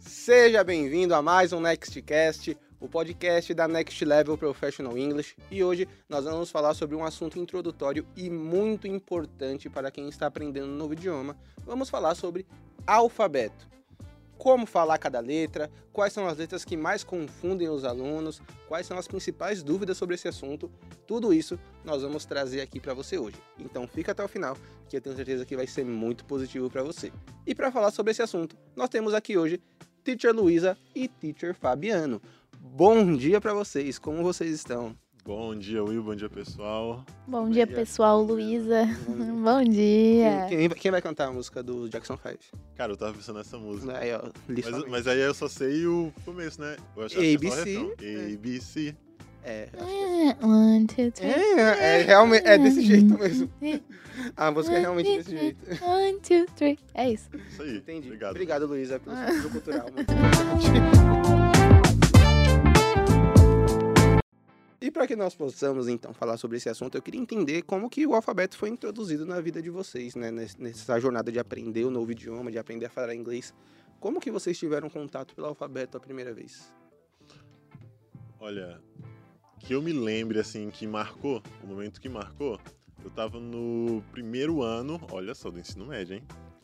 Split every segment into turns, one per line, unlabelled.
Seja bem-vindo a mais um Nextcast, o podcast da Next Level Professional English, e hoje nós vamos falar sobre um assunto introdutório e muito importante para quem está aprendendo um novo idioma. Vamos falar sobre alfabeto. Como falar cada letra, quais são as letras que mais confundem os alunos, quais são as principais dúvidas sobre esse assunto, tudo isso nós vamos trazer aqui para você hoje. Então fica até o final, que eu tenho certeza que vai ser muito positivo para você. E para falar sobre esse assunto, nós temos aqui hoje Teacher Luísa e Teacher Fabiano. Bom dia para vocês, como vocês estão?
Bom dia, Will. Bom dia, pessoal.
Bom
Bom dia,
dia.
pessoal. Luísa. Bom
Quem,
dia.
quem- quem vai cantar a música do Jackson 5?
Cara, eu tava pensando nessa música.
Aí, ó,
Mas,
literalmente.
mas aí eu só sei o começo, né? Eu achava que era só o
ABC,
refrão. ABC.
É, acho que-
Ah, One, two, three.
é, é, realmente, é desse jeito mesmo. A música é realmente desse jeito.
One, two, three. É isso.
Isso aí.
Entendi.
Obrigado.
Obrigado, Luísa, pelo seu estudo cultural. Muito E para que nós possamos então falar sobre esse assunto, eu queria entender como que o alfabeto foi introduzido na vida de vocês, né? Nes- Nessa jornada de aprender o novo idioma, de aprender a falar inglês. Como que vocês tiveram contato pelo alfabeto a primeira vez?
Olha, que eu me lembre, assim, que marcou, o momento que marcou, eu tava no primeiro ano, olha só, do ensino médio, hein?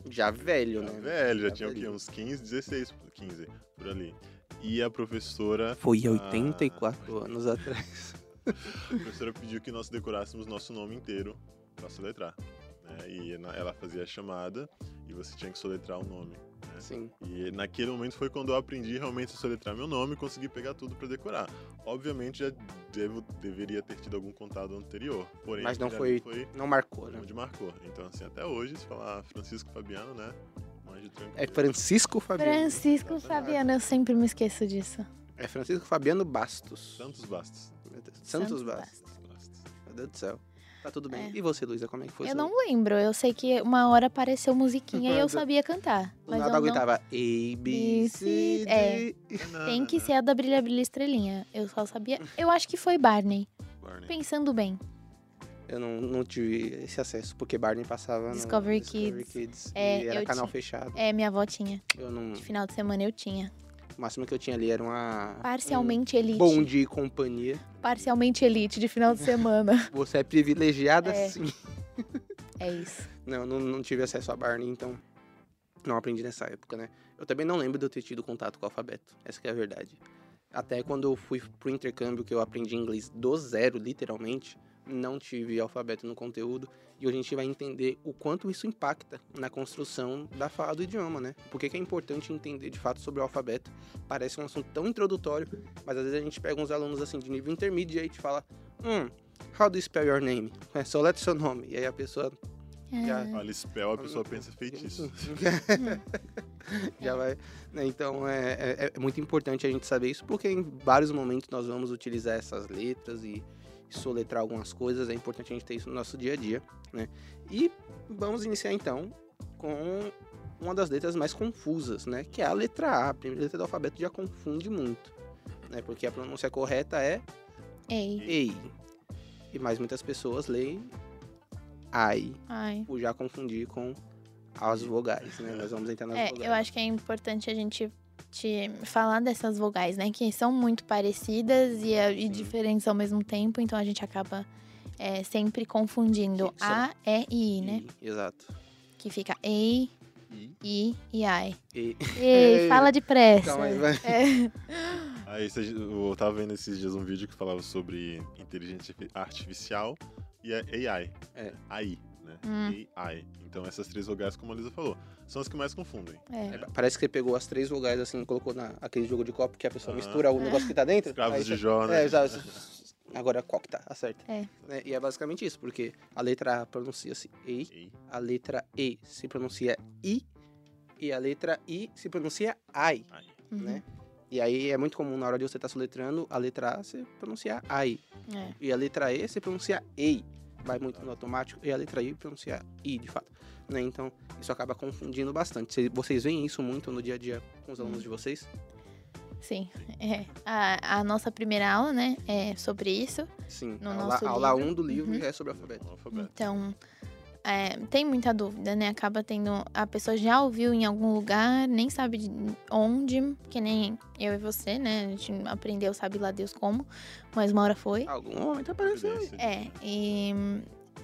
Já velho,
Já
né?
velho, já
Já
tinha o quê?
velhinho.
Uns 15, 16, 15, por ali. E a professora,
Foi há
Ah.
84 anos atrás.
a professora pediu que nós decorássemos nosso nome inteiro pra soletrar. Né? E na- ela fazia a chamada e você tinha que soletrar o nome.
Sim.
E naquele momento foi quando eu aprendi realmente a soletrar meu nome e consegui pegar tudo pra decorar. Obviamente já devo, deveria ter tido algum contato anterior, porém
Mas não
pra
foi-
mim foi
Não marcou, né?
onde marcou. Então assim, até hoje, se falar Francisco Fabiano, né? Manjo tranquilo.
É Francisco Fabiano.
Francisco Fabiano, eu sempre me esqueço disso.
É Francisco Fabiano Bastos.
Santos Bastos.
Meu Deus. Santos,
Santos
Bastos.
Santos Bastos.
Meu Deus do céu. Tá tudo bem.
É.
E você, Luísa, como é que foi?
Eu
seu-
não lembro. Eu sei que uma hora apareceu musiquinha e eu
Nada.
sabia cantar.
Do
Mas
nada
eu
alguém
não...
tava A, B,
B,
C,
C,
D.
é. Tem
Banana,
que ser a da Brilha Brilha Estrelinha. Eu só sabia. Eu acho que foi Barney.
Barney.
Pensando bem.
Eu não, não tive esse acesso, porque Barney passava no
Discovery Kids.
Kids,
É,
e era
eu
canal
ti-
fechado.
É, minha avó tinha.
Eu não...
De final de semana eu tinha.
O máximo que eu tinha ali era uma...
Parcialmente
Um
elite.
Hum. bom dia e companhia.
Parcialmente elite de final de semana.
Você é assim. privilegiada,
É.
sim.
É isso.
Não, não, não tive acesso a Barney, então não aprendi nessa época, né? Eu também não lembro de eu ter tido contato com o alfabeto, essa que é a verdade. Até quando eu fui pro intercâmbio, que eu aprendi inglês do zero, literalmente, não tive alfabeto no conteúdo. E hoje a gente vai entender o quanto isso impacta na construção da fala do idioma, né? Por que, que é importante entender de fato sobre o alfabeto? Parece um assunto tão introdutório, mas às vezes a gente pega uns alunos assim de nível intermediate e aí te fala: Hum, how do you spell your name? É, soleta seu nome. E aí a pessoa Já-
Ah.
Fala spell, a pessoa pensa feitiço.
Já vai. né, Então é, é- é muito importante a gente saber isso, porque em vários momentos nós vamos utilizar essas letras e soletrar algumas coisas. É importante a gente ter isso no nosso dia a dia, né? E vamos iniciar então com uma das letras mais confusas, né? Que é a letra A. A primeira letra do alfabeto já confunde muito, né? Porque a pronúncia correta é
Ah, Ei.
EI. E mais muitas pessoas leem AI
Ai.
por já confundir com as vogais, né? Nós vamos entrar nas
É,
vogais.
eu acho que é importante a gente te falar dessas vogais, né? Que são muito parecidas e, é- e
Sim.
diferentes ao mesmo tempo, então a gente acaba é, sempre confundindo
Que são-
A, E e I, né?
I, exato.
Que fica EI,
E
I e AI.
E-
Ei,
Ei.
fala depressa.
Calma Então, aí, vai.
Aí você- eu tava vendo esses dias um vídeo que falava sobre inteligência artificial e é AI.
É.
AI, né?
Hum.
AI. Então essas três vogais, como a Lisa falou, são as que mais confundem.
É.
Parece que você pegou as três vogais assim, colocou na aquele jogo de copo que a pessoa
Ah.
mistura
É.
o negócio que tá dentro.
Escravos
aí
de
você-
Jó, né?
É, já, agora qual que tá? Acerta.
É.
Né, E é basicamente isso, porque a letra A pronuncia-se EI,
Ei,
a letra E se pronuncia I e a letra I se pronuncia AI,
ai.
Uhum.
né? E aí é muito comum na hora de você estar soletrando, a letra A você pronuncia AI.
É.
E a letra E você pronuncia EI. Vai muito no automático. E a letra I pronuncia I, de fato. Né? Então, isso acaba confundindo bastante. Cê- Vocês veem isso muito no dia a dia com os alunos de vocês?
Sim. É. A, a nossa primeira aula, né? É sobre isso.
Sim.
No
a aula-
nosso
a aula
livro.
1 do livro
Uhum.
é sobre alfabeto.
Analfabeto.
Então, é, tem muita dúvida, né? Acaba tendo. A pessoa já ouviu em algum lugar, nem sabe de onde, que nem eu e você, né? A gente aprendeu, sabe lá Deus como, mas uma hora foi.
Algum momento apareceu. aí.
É, e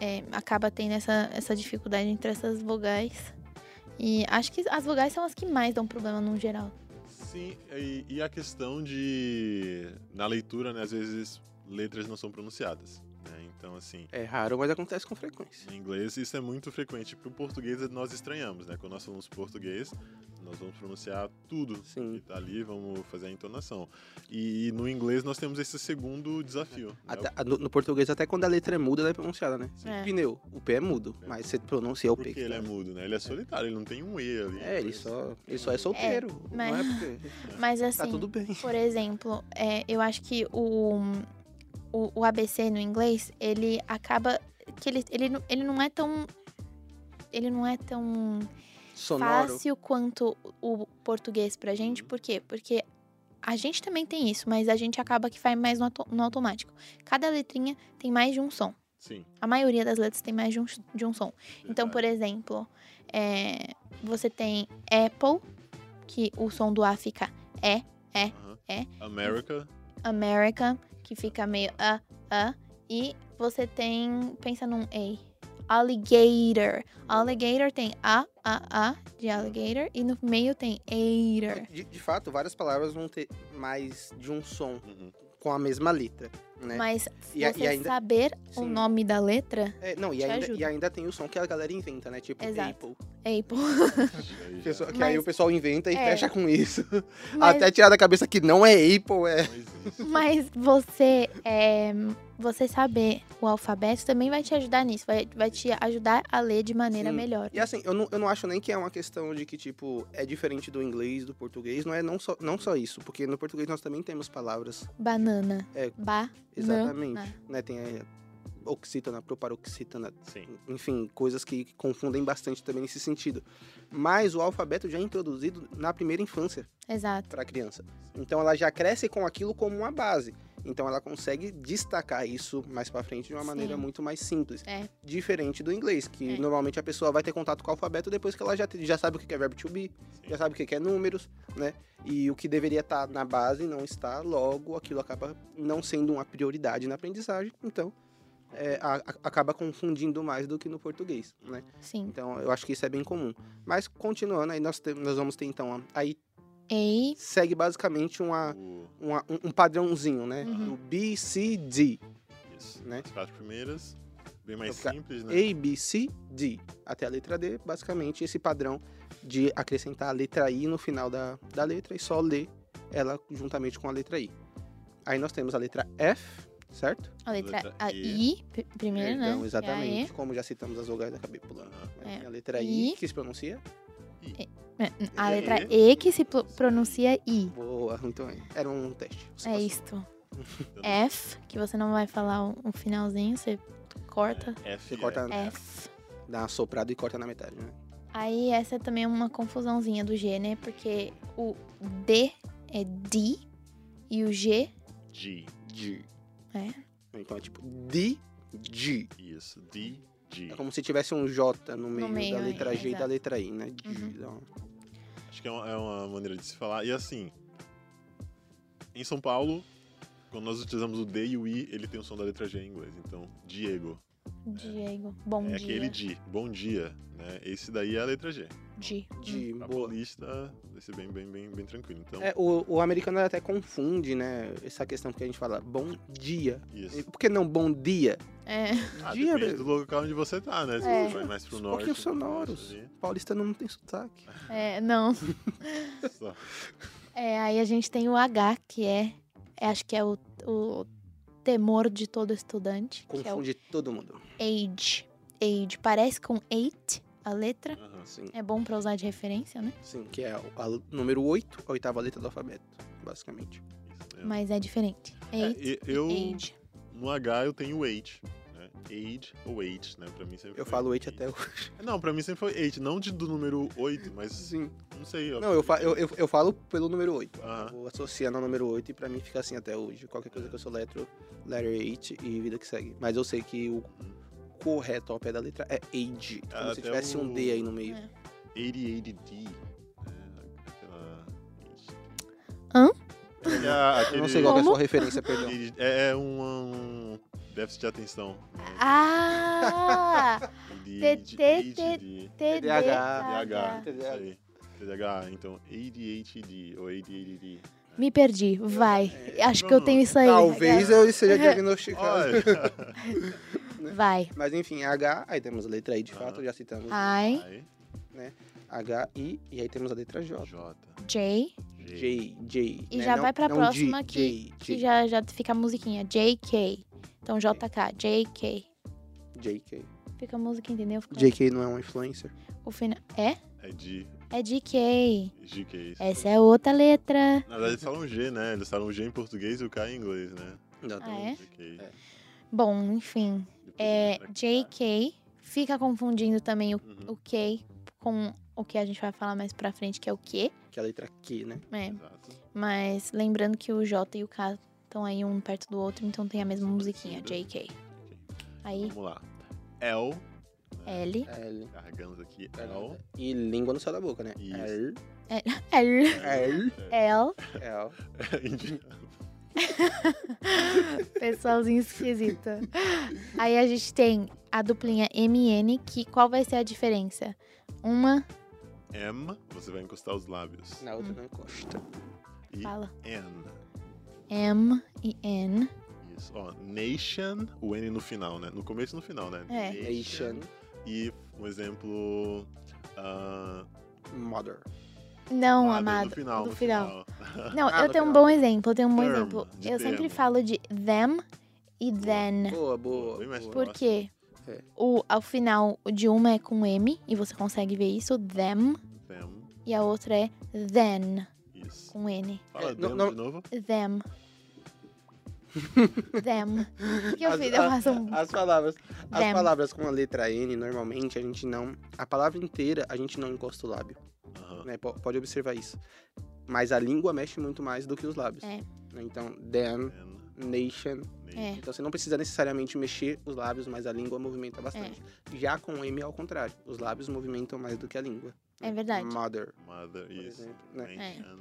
é, acaba tendo essa, essa dificuldade entre essas vogais. E acho que as vogais são as que mais dão problema no geral.
Sim, e, e a questão de. Na leitura, né, às vezes letras não são pronunciadas. né? Então, assim,
É raro, mas acontece com frequência.
no inglês isso é muito frequente. Pro português nós estranhamos, né? Quando nós falamos português, nós vamos pronunciar tudo
Sim.
que tá ali, vamos fazer a entonação. E, no inglês nós temos esse segundo desafio. né?
Até- no, no português, até quando a letra é muda, ela é pronunciada, né?
Sim.
É.
Pneu, o P é mudo,
É.
mas você pronuncia o P.
Porque ele é mudo, né? Ele é solitário, ele não tem um E ali.
É, ele só, ele só é solteiro. Não é
mas-
porque.
Mas assim.
Tá tudo bem.
Por exemplo, é, eu acho que o, o, o ABC no inglês, ele acaba. que ele, ele, não- ele não é tão. Ele não é tão
Sonoro.
fácil quanto o português pra gente. Por quê? Porque a gente também tem isso, mas a gente acaba que faz mais no, auto- no automático. Cada letrinha tem mais de um som.
Sim.
A maioria das letras tem mais de um, de um som. Então, por
verdade.
exemplo, é, você tem Apple, que o som do A fica é.
Aham.
é.
America,
America, que fica meio a, a. E você tem, pensa num A. Alligator. Alligator tem A, A, A de alligator e no meio tem ater.
De, de fato, várias palavras vão ter mais de um som
uhum,
com a mesma letra, né?
Mas
E a- e
você
ainda-
saber o
Sim.
nome da letra,
É, não, e
Te
ainda,
ajuda.
e ainda tem o som que a galera inventa, né? Tipo,
Exato.
Apple.
Apple.
aí
Que,
já
só- que
Mas-
aí o pessoal inventa e
é.
fecha com isso.
Mas,
Até tirar da cabeça que não é Apple, é.
não existe.
mas você é, você saber o alfabeto também vai te ajudar nisso. Vai, vai te ajudar a ler de maneira
Sim.
melhor.
E assim, eu não, eu não acho nem que é uma questão de que, tipo, é diferente do inglês, do português. Não é não só, não só isso, porque no português nós também temos palavras.
Banana.
É.
Ba.
Exatamente.
Não.
Né? Tem é, oxítona, proparoxítona,
Sim.
enfim, coisas que confundem bastante também nesse sentido. Mas o alfabeto já é introduzido na primeira infância
Exato.
para a criança. Então ela já cresce com aquilo como uma base. Então ela consegue destacar isso mais para frente de uma maneira
Sim.
muito mais simples.
É.
Diferente do inglês, que
É.
normalmente a pessoa vai ter contato com o alfabeto depois que ela já, te- já sabe o que é verbo to be,
Sim.
já sabe o que é números, né? E o que deveria estar na base não está, logo aquilo acaba não sendo uma prioridade na aprendizagem. Então é, a- a- acaba confundindo mais do que no português, né?
Sim.
Então eu acho que isso é bem comum. Mas continuando, aí nós, te- nós vamos ter então. a- Aí
Ei.
segue basicamente uma,
O-
uma- um, um padrãozinho, né?
Uhum.
Do B, C, D.
isso.
Né?
As quatro primeiras, bem mais
Então,
simples, né?
A, B, C, D. Até a letra D, basicamente esse padrão de acrescentar a letra I no final da, da letra e só ler ela juntamente com a letra I. Aí nós temos a letra F, certo?
A letra,
Letra
a
E.
I, pri- primeiro, né?
Perdão,
Que é a
exatamente. Como já citamos as vogais, acabei pulando.
Aham.
Aí
É.
tem A letra I,
I.
que se pronuncia?
E. A
E.
letra E que se pro- pronuncia I.
Boa, muito bem. Era um teste. Você
É
passou.
isto.
Então,
F, que você não vai falar o, o finalzinho, você corta.
F,
Você
é.
corta,
F.
dá uma soprada e corta na metade, né?
Aí essa também é uma confusãozinha do G, né? Porque o D é D e o G
G.
D.
É.
Então é tipo D, G.
Isso. D, G.
É como se tivesse um J no meio,
meio,
da letra
é,
G e da
exato.
letra I, né? G,
Uhum.
dá um-
Acho que é uma, é uma maneira de se falar. E assim, em São Paulo, quando nós utilizamos o D e o I, ele tem o som da letra G em inglês. Então, Diego.
Diego. Bom
é
dia.
aquele G. Bom dia. Né? Esse daí é a letra G.
G.
G,
Pra
boa.
paulista, vai ser bem, bem, bem, bem tranquilo. Então,
É, o, o americano até confunde, né? Essa questão que a gente fala, bom dia. E
isso.
Por que não bom dia?
É.
Ah,
dia, né?
depende
velho.
do local onde você tá, né? Se
É.
você vai mais pro
Um
norte.
pouquinho
pro norte
sonoros.
ali,
Paulista não tem sotaque.
É, não.
só.
É, aí a gente tem o H, que é, é- acho que é o, o temor de todo estudante, que é o
Confunde todo mundo.
age. Age parece com eight, a letra.
Aham.
Sim,
É bom pra usar de referência, né?
sim, Assim, que é o- a número 8, a oitava letra do alfabeto, basicamente.
Isso mesmo.
Mas é diferente.
É,
Eight,
e- eu,
age.
no H, eu tenho o age. Né? Age ou age, né? Pra mim sempre
Eu
foi
falo 8 até hoje.
Não, pra mim sempre foi 8, não de, do número 8, mas
Sim.
não sei.
Não, eu, fa eu, eu, eu falo pelo número 8.
Aham.
Vou associando ao número 8 e pra mim fica assim até hoje. Qualquer coisa que eu sou letro, letter 8 e vida que segue. Mas eu sei que o, correto ao pé da letra é age. Como
Ah,
se
até
tivesse um
o-
D aí no meio.
É.
8080D. É, aquela.
Hã?
É, a-
Eu
aquele...
não sei qual que é a
Como?
sua referência, perdão.
aquele- É, é um, um déficit de atenção. né?
Ah!
De- de-
TT.
ADD. TDAH.
TDAH.
isso aí. TDAH, então ADHD ou ADHD.
Me perdi. Vai.
É,
Acho que eu
vamos.
tenho isso aí.
Talvez eu seja diagnosticado.
Olha! né?
Vai.
Mas enfim, H, aí temos a letra I de fato,
Aham.
já citamos.
I,
Ai,
H, I, e aí temos a letra J.
J.
J,
G.
J, J.
E
né?
já
Não-
vai pra
não G,
próxima que-
J,
que
J,
já, já fica a musiquinha. JK. Então, JK. JK.
JK.
Fica a música, entendeu? Fica
JK não é um influencer.
o final. É?
É G.
É JK.
G que é isso.
Essa é outra letra.
Na verdade, eles falam G, né? Eles falam G em português e o K em inglês, né?
Não,
Ah, é?
G que
É.
Bom, enfim.
Depois
É
eu vou pra cá.
JK. Fica confundindo também o,
Uhum,
o K com o que a gente vai falar mais pra frente, que é o Q.
Que é a letra Q, né?
É,
Exato.
Mas lembrando que o J e o K estão aí um perto do outro, então tem a mesma musiquinha, JK. Aí,
Vamos lá. L. né?
L.
L.
Carregamos aqui. L.
E língua no céu da boca, né?
Isso.
R.
L.
L.
L.
L.
Indiana.
Pessoalzinho esquisito. Aí a gente tem a duplinha MN, que qual vai ser a diferença? Uma.
M. Você vai encostar os lábios.
Na outra não encosta.
E
Fala.
N.
M e N.
Isso. Ó, nation. O N no final, né? No começo e no final, né?
É.
Nation.
E um exemplo. ah,
Mother.
Não,
ah, No
amado.
final.
do
no final.
final. Não,
Ah,
eu
do
tenho um
final.
bom exemplo, eu tenho um bom
Term,
exemplo.
de
Eu sempre
termo.
falo de them e then.
Boa, boa.
Bem mais
boa.
próximo.
Por quê?
É.
O, ao final o de uma é com M e você consegue ver isso, them,
Them.
e a outra é
um,
then
Isso.
com N.
Fala
É, não-
them
não-
de novo.
Them. them. O que eu
As-
fiz? Eu faço um.
As palavras, as
Them.
palavras com a letra N, normalmente, a gente não... A palavra inteira, a gente não encosta o lábio,
Aham.
né? Po- Pode observar isso. Mas a língua mexe muito mais do que os lábios.
É.
né? Então, them,
N,
nation.
nation.
É.
Então, você não precisa necessariamente mexer os lábios, mas a língua movimenta bastante. Já com M, é ao contrário. Os lábios movimentam mais do que a língua.
É verdade.
Mother,
Mother.
por
Isso.
exemplo. Né?
É.
Nation.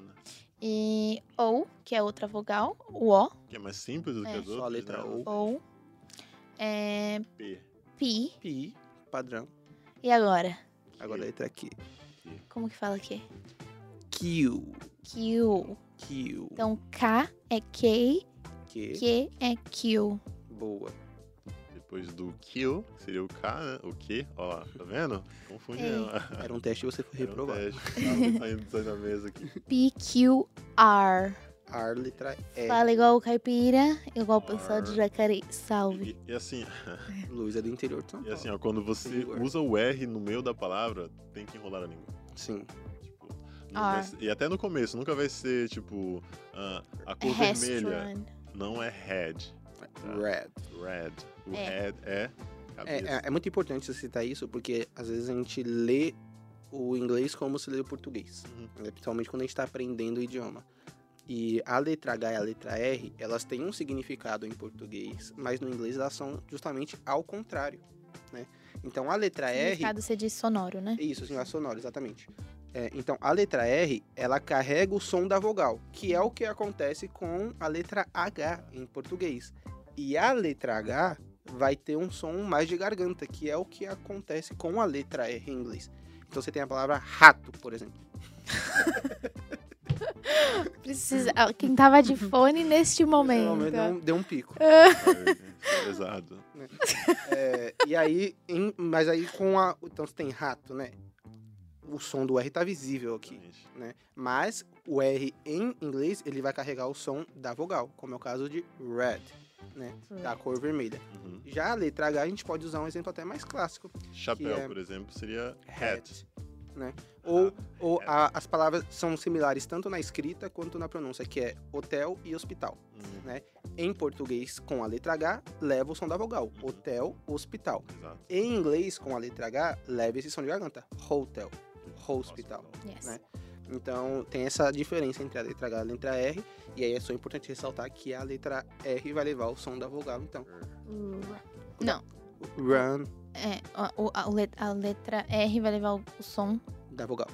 E ou, que é outra vogal, o O,
Que é mais simples do que
É.
as outras.
Só a letra
né?
O.
ou. É.
P.
Pi.
Pi, padrão.
E agora?
Agora a letra Q.
Como que fala aqui?
Q.
Q.
Q.
Então K é K,
Q.
Q é Q.
Boa.
Depois do kill, seria o K, né? O Q, ó lá, tá vendo? Confunde.
É.
ela.
Era um teste e você foi
Era um
reprovado.
teste, tava saindo, saindo da mesa aqui.
P, Q, R.
R, letra E.
Fala igual o caipira, igual o pessoal de
Ar.
Jacareí. Salve.
E, e assim,
Luz é do interior de São
e
Paulo.
assim, ó, quando você
Interior.
usa o R no meio da palavra, tem que enrolar a língua.
Sim.
Tipo, não vai
Ar.
ser- e até no começo, nunca vai ser tipo ah, a
É,
cor vermelha.
Restaurant.
Não é red. Ah,
Red.
Red. O
É.
red é
É,
cabeça.
é- é muito importante você citar isso, porque às vezes a gente lê o inglês como se lê o português.
Uhum.
né? Principalmente quando a gente está aprendendo o idioma. E a letra H e a letra R, elas têm um significado em português, mas no inglês elas são justamente ao contrário, né? Então a letra R...
Significado ser de sonoro, né?
Isso, sim, a sonora, exatamente. É, então, a letra R, ela carrega o som da vogal, que é o que acontece com a letra H em português. E a letra H vai ter um som mais de garganta, que é o que acontece com a letra R em inglês. Então, você tem a palavra rato, por exemplo.
Precisa... ah, Quem tava de fone neste
Nesse
momento.
momento deu um, deu um pico.
É, é pesado.
É, e aí, em- mas aí com a... Então, você tem rato, né? O som do R tá visível aqui.
Exatamente.
Mas o R em inglês, ele vai carregar o som da vogal, como é o caso de red,
Hum,
da cor vermelha.
Uhum.
Já a letra H, a gente pode usar um exemplo até mais clássico,
Chapéu,
é-
por exemplo, seria hat.
né? Ou, ou a- as palavras são similares tanto na escrita quanto na pronúncia, que é hotel e hospital.
Hum,
né? Em português, com a letra H, leva o som da vogal,
Uhum.
hotel, hospital.
Exato.
Em inglês, com a letra H, leva esse som de garganta, hotel. Hospital.
Yes.
né? Então tem essa diferença entre a letra H e a letra R, e aí é só importante ressaltar que a letra R vai levar o som da vogal, então.
Uh. Não.
Run
É, a, o- a let- a letra R vai levar o, o som
da vogal.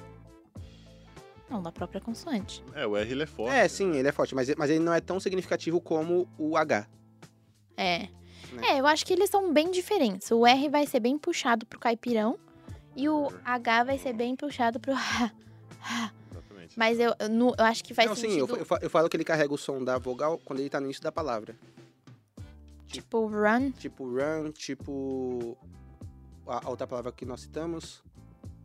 não da própria consoante.
É, o R ele é forte.
É, sim, ele é forte, mas, mas ele não é tão significativo como o H.
É.
Né?
É, eu acho que eles são bem diferentes. O R vai ser bem puxado pro caipirão e o
Uhum.
H vai ser bem puxado pro ha. ha.
Exatamente.
Mas eu, eu nu- eu acho que faz
não, Então, sim, eu,
sentido,
fa- eu fa- eu falo que ele carrega o som da vogal quando ele tá no início da palavra.
tipo, run.
Tipo run, tipo. A a outra palavra que nós citamos,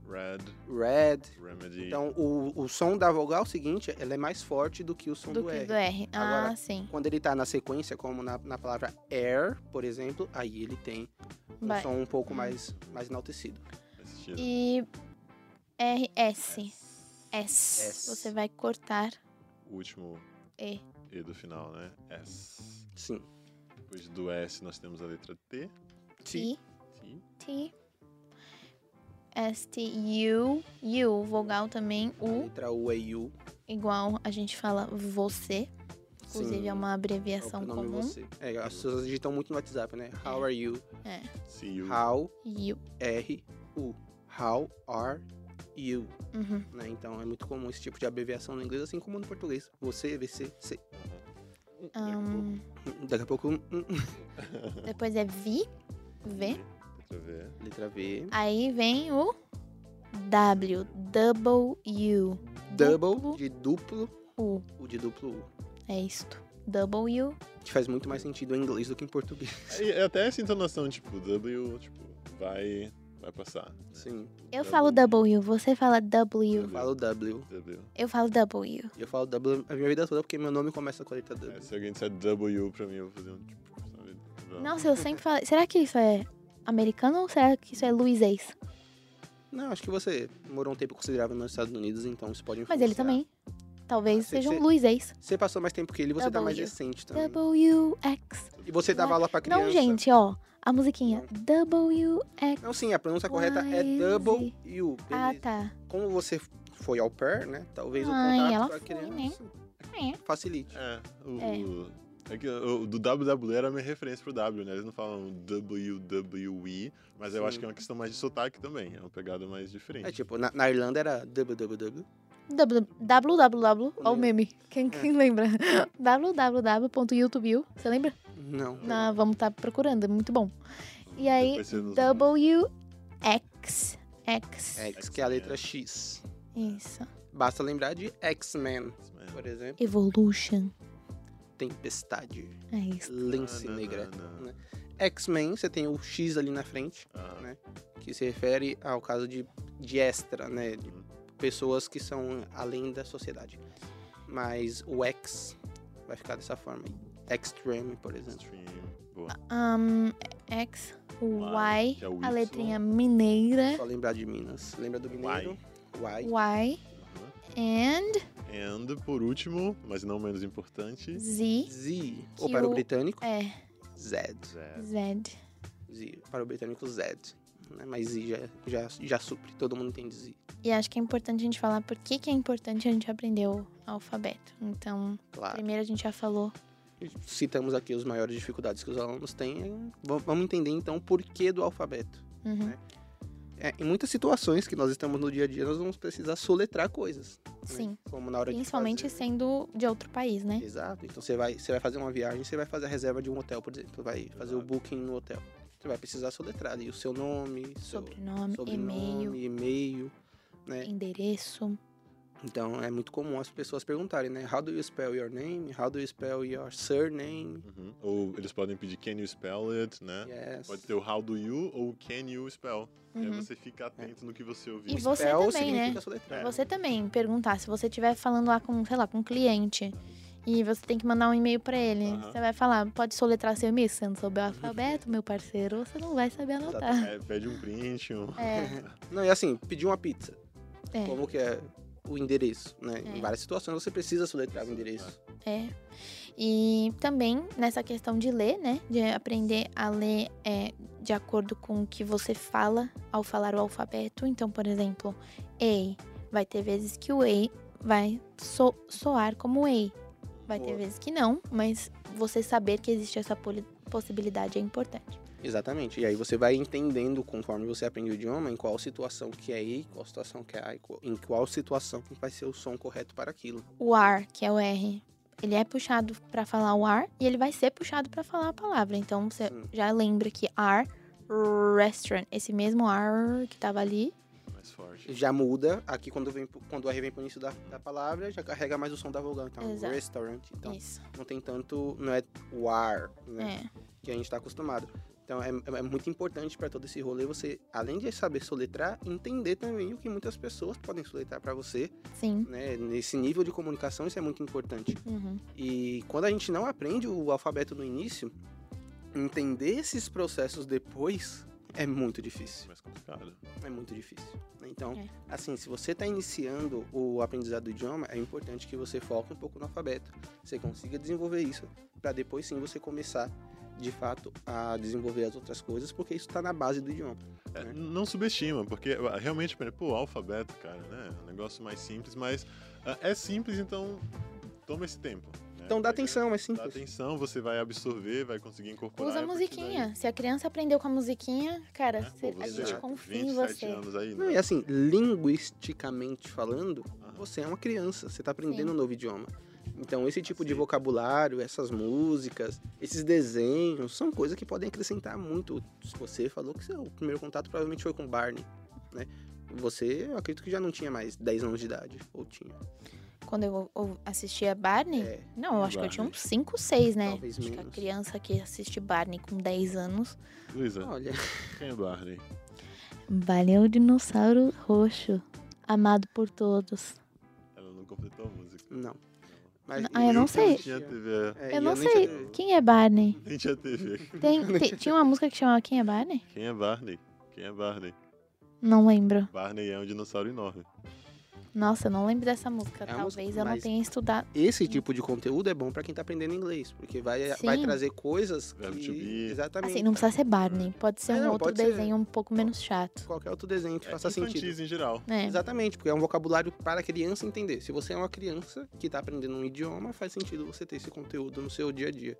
Red,
red.
Remedy.
Então, o, o som da vogal seguinte, ela é mais forte do que o som do,
Do que
R.
do R. ah,
Agora-
sim.
Quando ele tá na sequência, como na, na palavra air, por exemplo, aí ele tem um
Vai.
som um pouco mais, mais enaltecido.
faz sentido.
E RS.
É.
S.
S.
Você vai cortar
O último
E.
E do final, né? S.
Sim.
Depois do S nós temos a letra T.
T.
T.
T. S, T, U. U, vogal também.
A
U,
letra U é U.
igual a gente fala você. Inclusive
Sim,
é uma
é o
abreviação
pronome
comum.
você. É, as pessoas digitam muito no WhatsApp, né? How are you?
C. U.
How
You.
R U. How are you?
Uhum.
né? Então é muito comum esse tipo de abreviação no inglês, assim como no português. Você, VC, C. Hum,
Uhum. Daqui a
Ahn,
Daqui a pouco, hum, hum, hum.
pouco.
depois é vi, V.
Letra V.
letra V.
Aí vem o W, W,
Double, de duplo,
U.
o de duplo U.
É isto. W,
Que faz muito mais sentido em inglês do que em português.
Aí, é até essa entonação, tipo, W, tipo, vai, vai passar. né?
Sim.
eu falo W, você fala W.
Eu falo W.
W.
Eu falo W.
E eu falo W a minha vida toda porque meu nome começa com a letra
É,
W.
se alguém disser W pra mim, eu vou fazer um tipo, sabe?
Nossa, eu sempre falo. Será que isso é americano ou será que isso é luizês?
Não, acho que você morou um tempo considerável nos Estados Unidos, então isso pode influenciar.
Mas ele também. Talvez
Ah, cê-
seja um
cê-
luizês.
Você passou mais tempo que ele, você tá mais
W.
recente também.
W, X.
E você dava aula pra criança.
Não, gente, ó. A musiquinha. W, X.
Não, sim, a pronúncia correta é
Wise.
double U.
Ah,
beleza.
tá.
Como você foi ao pair, né? Talvez
Ai,
o
ela
contato com a
foi,
criança
É.
facilite.
É, o,
É.
o- é que o, o do WWE era a minha referência pro W, né? Eles não falam WWE, mas eu
Sim.
acho que é uma questão mais de sotaque também. É uma pegada mais diferente.
É tipo, na, na Irlanda era www.
W- www, ó o
Lembra?
meme, quem, quem
É.
lembra? www.youtube, você lembra?
Não.
Na, vamos estar procurando, é muito bom.
tipo,
E aí,
Depois você nos manda.
WX, X,
X, que é a letra X.
isso,
Basta lembrar de X-Men,
É.
por exemplo.
Evolution,
Tempestade,
é isso.
Lince
Ah, não,
Negra.
não, não.
né? X-Men, você tem o X ali na frente,
Ah,
né? que se refere ao caso de, de extra, né? De
Uhum.
pessoas que são além da sociedade. Mas o X vai ficar dessa forma. Extreme, por exemplo.
stream. Boa.
Um, X, Y,
que é o Y.
a letrinha mineira,
Só lembrar de Minas. Lembra do Mineiro? Uai.
É? Y,
Uhum.
and
And, por último, mas não menos importante,
Z,
Z.
Que
Ou para o
o-
britânico,
é,
Z.
Zé.
Z,
Z. Para o britânico, Z. né? Mas Z já, já, já supre. Todo mundo entende Z.
e acho que é importante a gente falar por que que é importante a gente aprender o alfabeto, então...
Claro.
Primeiro a gente já falou.
Citamos aqui as maiores dificuldades que os alunos têm. V- Vamos entender então o porquê do alfabeto.
Uhum.
É, em muitas situações que nós estamos no dia a dia, nós vamos precisar soletrar coisas. né?
Sim.
Como na hora
Principalmente
de fazer.
sendo de outro país, né?
Exato. Então você vai, você vai fazer uma viagem, você vai fazer a reserva de um hotel, por exemplo. Vai fazer o
Exato.
booking no hotel. Você vai precisar soletrar ali o seu nome, seu
Sobrenome, e-mail,
sobrenome, e-mail. né?
endereço.
Então é muito comum as pessoas perguntarem, né? How do you spell your name? How do you spell your surname?
Uhum. Ou eles podem pedir can you spell it, né?
Yes.
Pode ter o how do you ou can you spell. E aí
Uhum.
você fica atento no que você ouviu.
E você
spell
também,
significa
né?
soletrar.
Você também perguntar se você estiver falando lá com, sei lá, com um cliente e você tem que mandar um e-mail pra ele.
Aham.
Você vai falar, pode soletrar seu e-mail, se você não souber o alfabeto, meu parceiro, você não vai saber anotar.
É, pede um print, um...
É,
Não, e assim, pedir uma pizza.
É.
Como que é o endereço, né?
É.
Em várias situações você precisa soletrar o endereço.
é. E também nessa questão de ler, né? De aprender a ler é, de acordo com o que você fala ao falar o alfabeto. Então, por exemplo, ei, vai ter vezes que o ei vai so- soar como ei. Vai ter
Boa.
vezes que não, mas você saber que existe essa poli- possibilidade é importante.
Exatamente. E aí você vai entendendo, conforme você aprende o idioma, em qual situação que é I, qual situação que é A, e qual- em qual situação que vai ser o som correto para aquilo.
O ar, que é o R, ele é puxado pra falar o ar e ele vai ser puxado pra falar a palavra. Então você
Sim.
já lembra que ar, restaurant, esse mesmo ar que tava ali.
Mais forte.
Já muda, aqui quando, vem, pro- quando o R vem pro início da, da palavra, já carrega mais o som da vogal. Então,
Exato.
restaurant. Então,
Isso.
não tem tanto, não é o ar, né?
É.
que a gente está acostumado. Então é, é muito importante para todo esse rolê você, além de saber soletrar, entender também o que muitas pessoas podem soletrar para você,
Sim.
né? Nesse nível de comunicação isso é muito importante.
Uhum.
E quando a gente não aprende o alfabeto no início, entender esses processos depois é muito difícil.
Mais complicado.
É muito difícil. né? Então,
É.
assim, se você está iniciando o aprendizado do idioma, é importante que você foque um pouco no alfabeto. Você consiga desenvolver isso, para depois sim você começar, de fato, a desenvolver as outras coisas, porque isso está na base do idioma.
É,
né?
não subestima, porque ah, realmente, pô, alfabeto, cara, né? É um negócio mais simples, mas ah, é simples, então toma esse tempo. né?
Então dá
Pega-
atenção, é
Dá
simples.
atenção, você vai absorver, vai conseguir incorporar.
Usa
é
e
a
partir
musiquinha.
daí,
Se a criança aprendeu com a musiquinha, cara,
né?
cê-
Pô,
a
você
gente
com
confia em
27
você.
anos aí,
Não, e
né?
assim, linguisticamente falando,
Aham.
você é uma criança, você está aprendendo
Sim.
um novo idioma. Então, esse tipo de
Sim.
vocabulário, essas músicas, esses desenhos, são coisas que podem acrescentar muito. Se Você falou que seu primeiro contato provavelmente foi com Barney, né? Você, eu acredito que já não tinha mais 10 anos de idade, ou tinha.
Quando eu ou- assistia Barney,
É,
não, eu acho que eu tinha
Barney.
uns 5, 6, né?
Talvez
acho que a
menos.
criança que assiste Barney com 10 anos.
Luísa,
olha,
quem é Barney?
Barney é o dinossauro roxo, amado por todos.
Ela não completou a música.
não. Mas,
Ah, eu não
Nem
sei.
Tinha TV,
É,
eu
e
não
nem
sei
tinha-
quem é Barney.
nem tinha TV.
Tem, te- tinha uma música que chamava Quem é Barney?
Quem é Barney? Quem é Barney?
Não lembro.
Barney é um dinossauro enorme.
Nossa, eu não lembro dessa música.
É uma
Talvez
música,
eu não
mas-
tenha estudado.
Esse tipo de conteúdo é bom para quem tá aprendendo inglês, porque vai, vai
Sim.
trazer coisas
Verbo to
que...
be.
Exatamente.
Assim, não precisa ser Barney. Pode ser
É,
um
não,
outro
pode ser.
desenho um pouco menos chato.
Qualquer outro desenho que
É
faça sentido.
infantis em geral.
É.
Exatamente, porque é um vocabulário para a criança entender. Se você é uma criança que está aprendendo um idioma, faz sentido você ter esse conteúdo no seu dia a dia.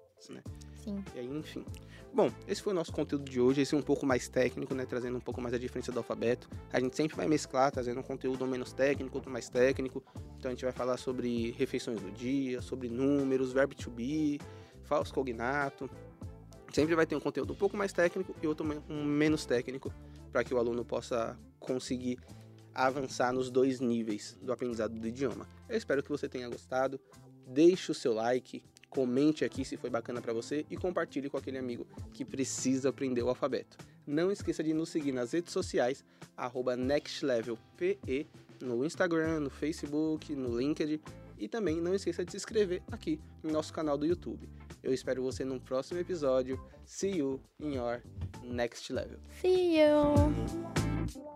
Sim.
E aí, enfim. Bom, esse foi o nosso conteúdo de hoje, esse um pouco mais técnico, né? Trazendo um pouco mais a diferença do alfabeto. A gente sempre vai mesclar, trazendo um conteúdo menos técnico, outro mais técnico. Então a gente vai falar sobre refeições do dia, sobre números, verbo to be, falso cognato. Sempre vai ter um conteúdo um pouco mais técnico e outro men- um menos técnico, para que o aluno possa conseguir avançar nos dois níveis do aprendizado do idioma. Eu espero que você tenha gostado. Deixe o seu like, comente aqui se foi bacana pra você e compartilhe com aquele amigo que precisa aprender o alfabeto. Não esqueça de nos seguir nas redes sociais, arroba nextlevelpe, no Instagram, no Facebook, no LinkedIn e também não esqueça de se inscrever aqui no nosso canal do YouTube. Eu espero você num próximo episódio. See you in your next level.
See you!